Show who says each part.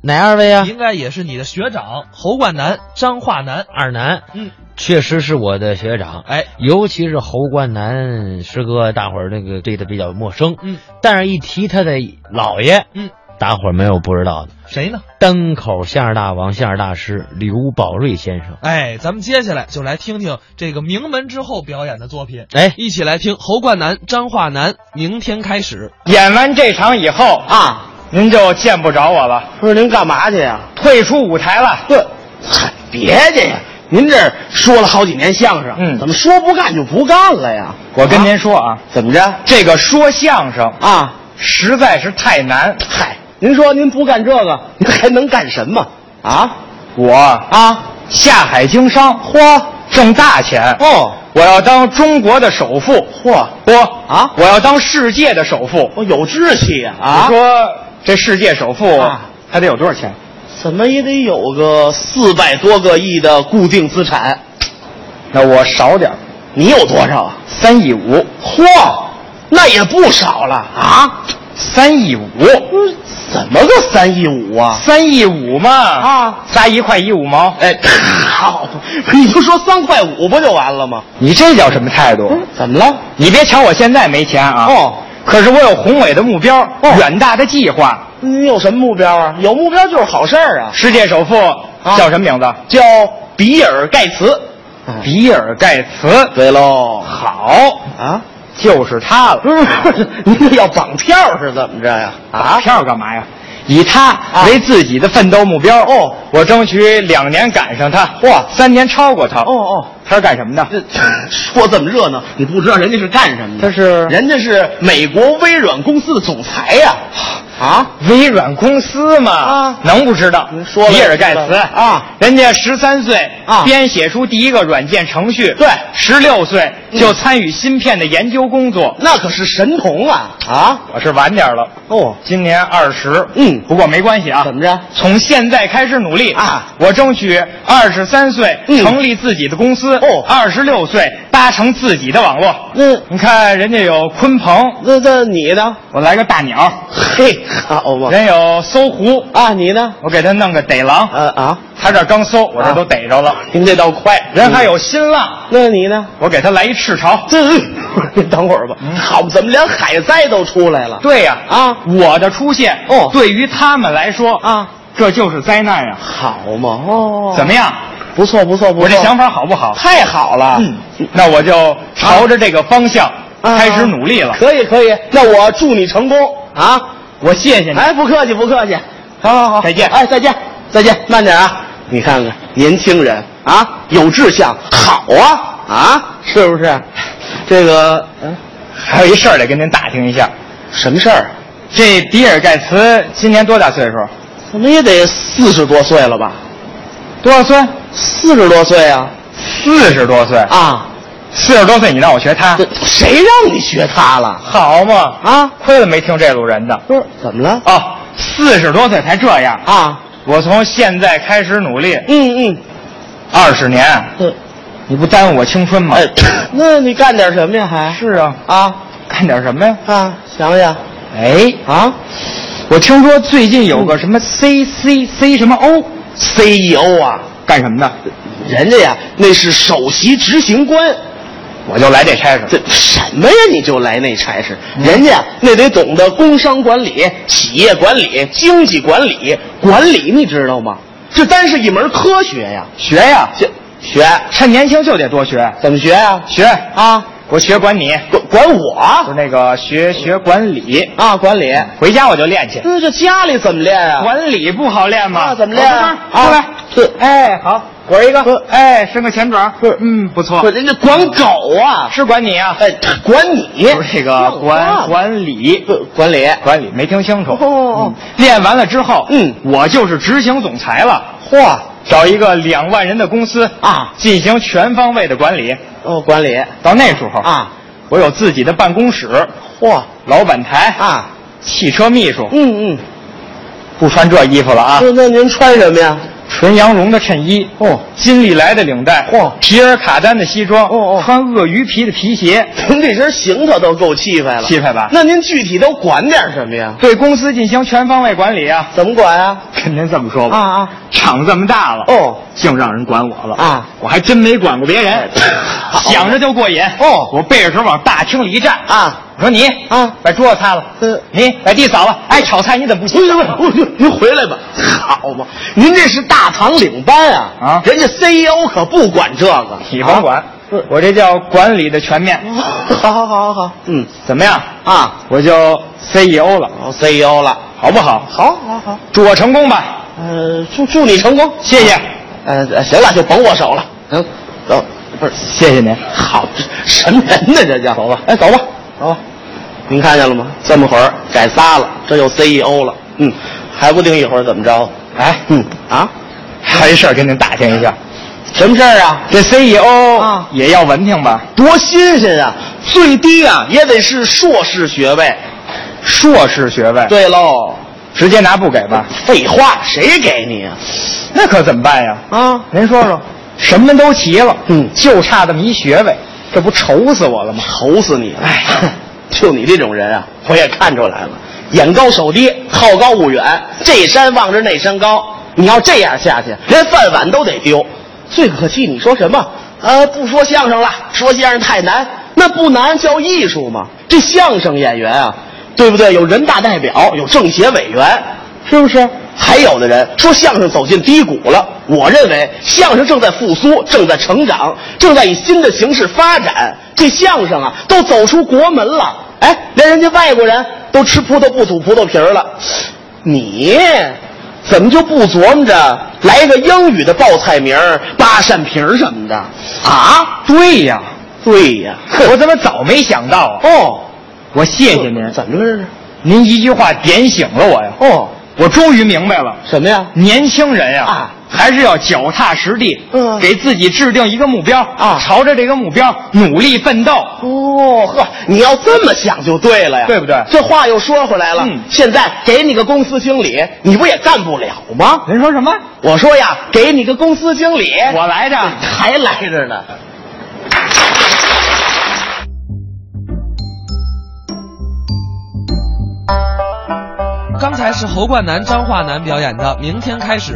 Speaker 1: 哪二位啊？
Speaker 2: 应该也是你的学长侯冠南、张化南。
Speaker 1: 二南，
Speaker 2: 嗯，
Speaker 1: 确实是我的学长，
Speaker 2: 哎，
Speaker 1: 尤其是侯冠南师哥，大伙儿那个对他比较陌生，
Speaker 2: 嗯，
Speaker 1: 但是一提他的姥爷，
Speaker 2: 嗯，
Speaker 1: 大伙儿没有不知道的，
Speaker 2: 谁呢？
Speaker 1: 单口相声大王、相声大师刘宝瑞先生。
Speaker 2: 哎，咱们接下来就来听听这个名门之后表演的作品。
Speaker 1: 哎，
Speaker 2: 一起来听侯冠南、张化南。明天开始，
Speaker 3: 演完这场以后
Speaker 4: 啊，
Speaker 3: 您就见不着我了，
Speaker 4: 不是您干嘛去呀、
Speaker 3: 退出舞台了。
Speaker 4: 对，嗨，别介呀，您这儿说了好几年相声，
Speaker 3: 嗯
Speaker 4: 怎么说不干就不干了呀？
Speaker 3: 我跟您
Speaker 4: 啊
Speaker 3: 说啊，
Speaker 4: 怎么着
Speaker 3: 这个说相声
Speaker 4: 啊？
Speaker 3: 实在是太难。
Speaker 4: 嗨，您说您不干这个，您还能干什么啊？
Speaker 3: 我啊，
Speaker 4: 啊，
Speaker 3: 下海经商，嚯，挣大钱。
Speaker 4: 哦，
Speaker 3: 我要当中国的首富，
Speaker 4: 嚯
Speaker 3: 不
Speaker 4: 啊
Speaker 3: 我要当世界的首富。
Speaker 4: 我哦有志气呀啊！
Speaker 3: 你说这世界首富
Speaker 4: 啊
Speaker 3: 还得有多少钱？
Speaker 4: 怎么也得有个四百多个亿的固定资产，
Speaker 3: 那我少点儿，
Speaker 4: 你有多少啊？
Speaker 3: 三亿五，
Speaker 4: 嚯，那也不少了啊！嗯
Speaker 3: 三亿五，
Speaker 4: 不是怎么个三亿五啊？
Speaker 3: 三亿五嘛
Speaker 4: 啊，
Speaker 3: 仨一块一五毛。
Speaker 4: 哎， 好，你就说三块五不就完了吗？
Speaker 3: 你这叫什么态度？
Speaker 4: 怎么了？
Speaker 3: 你别瞧我现在没钱啊，
Speaker 4: 嗯哦，
Speaker 3: 可是我有宏伟的目标，远大的计划。
Speaker 4: 你有什么目标啊？有目标就是好事儿啊。
Speaker 3: 世界首富、叫什么名字？
Speaker 4: 叫比尔盖茨。
Speaker 3: 比尔盖茨。
Speaker 4: 哦对喽，
Speaker 3: 好，
Speaker 4: 啊，
Speaker 3: 就是他了。
Speaker 4: 不是不是，嗯 您这要绑票啊是怎么着呀？
Speaker 3: 打票干嘛呀？以
Speaker 4: 啊
Speaker 3: 他为自己的奋斗目标。哦，我争取两年赶上他，哇，三年超过他。
Speaker 4: 哦，哦，
Speaker 3: 他是干什么的？
Speaker 4: 这 说这么热闹，你不知道人家是干什么的？
Speaker 3: 他是
Speaker 4: 人家是美国微软公司的总裁呀、啊。
Speaker 3: 微软公司嘛，
Speaker 4: 啊
Speaker 3: 能不知道
Speaker 4: 您？说了
Speaker 3: 比尔盖茨
Speaker 4: 啊，
Speaker 3: 人家十三岁
Speaker 4: 啊
Speaker 3: 编写出第一个软件程序，
Speaker 4: 对
Speaker 3: 十六岁
Speaker 4: 嗯
Speaker 3: 就参与芯片的研究工作。
Speaker 4: 那可是神童啊！啊，
Speaker 3: 我是晚点了，
Speaker 4: 哦，
Speaker 3: 今年二十，
Speaker 4: 嗯
Speaker 3: 不过没关系啊。
Speaker 4: 怎么着
Speaker 3: 从现在开始努力
Speaker 4: 啊！
Speaker 3: 我争取二十三岁
Speaker 4: 嗯
Speaker 3: 成立自己的公司，
Speaker 4: 哦
Speaker 3: 二十六岁搭乘自己的网络。
Speaker 4: 嗯
Speaker 3: 你看人家有鲲鹏，
Speaker 4: 那那你呢？
Speaker 3: 我来个大鸟；
Speaker 4: 嘿，好嘛！
Speaker 3: 人有搜狐，
Speaker 4: 啊，你呢？
Speaker 3: 我给他弄个逮狼。
Speaker 4: 呃啊，
Speaker 3: 他这儿刚搜，我这都逮着了。
Speaker 4: 您这倒快。
Speaker 3: 人还有新浪，
Speaker 4: 那你呢？
Speaker 3: 我给他来一赤潮。
Speaker 4: 这您 等会儿吧，好，怎么连海灾都出来了？
Speaker 3: 对呀、
Speaker 4: 啊
Speaker 3: 我的出现
Speaker 4: 哦
Speaker 3: 对于他们来说
Speaker 4: 啊，
Speaker 3: 这就是灾难呀、
Speaker 4: 好嘛，哦，
Speaker 3: 怎么样？
Speaker 4: 不错不错不错，
Speaker 3: 我这想法好不好？
Speaker 4: 太好了，
Speaker 3: 嗯，那我就朝着这个方向
Speaker 4: 啊
Speaker 3: 开始努力了。
Speaker 4: 可以可以，那我祝你成功啊！
Speaker 3: 我谢谢你。
Speaker 4: 哎，不客气不客气，好好好，
Speaker 3: 再见
Speaker 4: 哎，再见再见，慢点啊！你看看年轻人啊，有志向，好啊啊，是不是？这个嗯，
Speaker 3: 还有一事儿得跟您打听一下，
Speaker 4: 什么事儿？
Speaker 3: 这比尔盖茨今年多大岁数？
Speaker 4: 怎么也得四十多岁了吧？
Speaker 3: 多少岁？
Speaker 4: 四十多岁啊
Speaker 3: 四十多岁。
Speaker 4: 啊！
Speaker 3: 四十多岁，你让我学他
Speaker 4: 这，谁让你学他了
Speaker 3: 好嘛？
Speaker 4: 啊？
Speaker 3: 亏了没听这路人的。
Speaker 4: 不是怎么了
Speaker 3: 哦，四十多岁才这样。
Speaker 4: 啊？
Speaker 3: 我从现在开始努力，
Speaker 4: 嗯嗯
Speaker 3: 二十年，
Speaker 4: 嗯，
Speaker 3: 你不耽误我青春吗？
Speaker 4: 哎，那你干点什么呀？还
Speaker 3: 是啊，
Speaker 4: 啊
Speaker 3: 干点什么呀？
Speaker 4: 啊，想想
Speaker 3: 哎，
Speaker 4: 啊
Speaker 3: 我听说最近有个什么 C C C 什么 O，E
Speaker 4: ，CEO 啊，
Speaker 3: 干什么的？
Speaker 4: 人家呀那是首席执行官，
Speaker 3: 我就来这差事。
Speaker 4: 这什么呀？你就来那差事，人家那得懂得工商管理、企业管理、经济管理、管理，你知道吗？这单是一门科学呀，
Speaker 3: 学呀，
Speaker 4: 学学
Speaker 3: 趁年轻就得多学。
Speaker 4: 怎么学呀？
Speaker 3: 学，
Speaker 4: 啊，
Speaker 3: 我学管你，
Speaker 4: 管管我
Speaker 3: 就
Speaker 4: 啊
Speaker 3: 那个学学管理。
Speaker 4: 啊，管理。
Speaker 3: 回家我就练去。
Speaker 4: 那这家里怎么练啊？
Speaker 3: 管理不好练吗？
Speaker 4: 那怎么练啊
Speaker 3: 过来
Speaker 4: 啊是，
Speaker 3: 哎，好，我一
Speaker 4: 是
Speaker 3: 个，哎，伸个前爪
Speaker 4: 是，
Speaker 3: 嗯，不错
Speaker 4: 不，，人家管狗啊，
Speaker 3: 是管你啊？
Speaker 4: 哎，管你
Speaker 3: 不是这个管管理
Speaker 4: 呃管理，
Speaker 3: 管理没听清楚。
Speaker 4: 哦哦哦
Speaker 3: 嗯练完了之后，
Speaker 4: 嗯
Speaker 3: 我就是执行总裁了，
Speaker 4: 嚯
Speaker 3: 找一个两万人的公司
Speaker 4: 啊
Speaker 3: 进行全方位的管理。
Speaker 4: 哦，管理
Speaker 3: 到那时候
Speaker 4: 啊，
Speaker 3: 我有自己的办公室、
Speaker 4: 嚯
Speaker 3: 老板台
Speaker 4: 啊，
Speaker 3: 汽车秘书，
Speaker 4: 嗯嗯，
Speaker 3: 不穿这衣服了啊，
Speaker 4: 那那您穿什么呀？
Speaker 3: 纯羊绒的衬衣，
Speaker 4: 哦
Speaker 3: 金利来的领带，
Speaker 4: 哦
Speaker 3: 皮尔卡丹的西装，
Speaker 4: 哦哦
Speaker 3: 穿鳄鱼皮的皮鞋。
Speaker 4: 您这身行头都够气派了，
Speaker 3: 气派吧
Speaker 4: 那您具体都管点什么呀？
Speaker 3: 对公司进行全方位管理啊！
Speaker 4: 怎么管啊？
Speaker 3: 跟您这么说吧，
Speaker 4: 啊啊，
Speaker 3: 厂这么大了，
Speaker 4: 哦，
Speaker 3: 净让人管我了
Speaker 4: 啊！
Speaker 3: 我还真没管过别人，
Speaker 4: 好
Speaker 3: 想着就过瘾
Speaker 4: 哦
Speaker 3: 我背着手往大厅里一站
Speaker 4: 啊，
Speaker 3: 我说你
Speaker 4: 啊
Speaker 3: 把桌子擦了，
Speaker 4: 嗯
Speaker 3: 你把地扫了，哎，炒菜你怎么不洗
Speaker 4: 不？是不是，哎您回来吧，好嘛，您这是大堂领班啊
Speaker 3: 啊
Speaker 4: 人家 CEO 可不管这个，
Speaker 3: 你甭
Speaker 4: 啊
Speaker 3: 管，
Speaker 4: 呃
Speaker 3: 我这叫管理的全面。
Speaker 4: 好好好好好，嗯
Speaker 3: 怎么样？
Speaker 4: 啊，
Speaker 3: 我就 CEO 了，
Speaker 4: 哦 CEO 了，
Speaker 3: 好不好？
Speaker 4: 好好好，
Speaker 3: 祝我成功吧！
Speaker 4: 呃，祝祝你成功，
Speaker 3: 谢谢，
Speaker 4: 呃，呃行了，就甭我手了，嗯，走，不是，
Speaker 3: 谢谢您。
Speaker 4: 好，这什么人呢？这叫走吧，哎，走吧，走吧，您看见了吗？这么会儿改仨了，这又 CEO 了，嗯，还不定一会儿怎么着？
Speaker 3: 哎，
Speaker 4: 嗯啊，
Speaker 3: 还有一事儿跟您打听一下，
Speaker 4: 什么事儿啊？
Speaker 3: 这 CEO
Speaker 4: 啊
Speaker 3: 也要文凭吧？
Speaker 4: 多新鲜啊！最低啊也得是硕士学位。
Speaker 3: 硕士学位，，
Speaker 4: 对喽，
Speaker 3: 直接拿不给吧？
Speaker 4: 废话，谁给你啊？
Speaker 3: 那可怎么办呀？
Speaker 4: 啊，
Speaker 3: 您说说，什么都齐了，
Speaker 4: 嗯
Speaker 3: 就差这么一学位，这不愁死我了吗？
Speaker 4: 愁死你了！
Speaker 3: 哎，
Speaker 4: 就你这种人啊，我也看出来了，眼高手低，好高骛远，这山望着那山高。你要这样下去，连饭碗都得丢。最可气，你说什么？呃，不说相声了，说相声太难，那不难叫艺术吗？这相声演员啊，对不对？有人大代表，有政协委员，
Speaker 3: 是不是？
Speaker 4: 还有的人说相声走进低谷了，我认为相声正在复苏，正在成长，正在以新的形式发展。这相声啊，都走出国门了，哎，连人家外国人都吃葡萄不吐葡萄皮儿了。你怎么就不琢磨着来个英语的报菜名儿、八扇皮儿什么的啊？
Speaker 3: 对呀，
Speaker 4: 对呀，
Speaker 3: 我怎么早没想到啊？
Speaker 4: 哦，
Speaker 3: 我谢谢您，
Speaker 4: 怎么着这是？
Speaker 3: 您一句话点醒了我呀！
Speaker 4: 哦，
Speaker 3: 我终于明白了。
Speaker 4: 什么呀？
Speaker 3: 年轻人呀、
Speaker 4: 啊
Speaker 3: 还是要脚踏实地，
Speaker 4: 嗯
Speaker 3: 给自己制定一个目标
Speaker 4: 啊
Speaker 3: 朝着这个目标努力奋斗。
Speaker 4: 哦呵，你要这么想就对了呀，
Speaker 3: 对不对
Speaker 4: 这话又说回来了，
Speaker 3: 嗯
Speaker 4: 现在给你个公司经理，你不也干不了吗？
Speaker 3: 您说什么？
Speaker 4: 我说呀，给你个公司经理，
Speaker 3: 我来着。
Speaker 4: 还来着呢。
Speaker 2: 刚才是侯冠南、张化南表演的《明天开始》。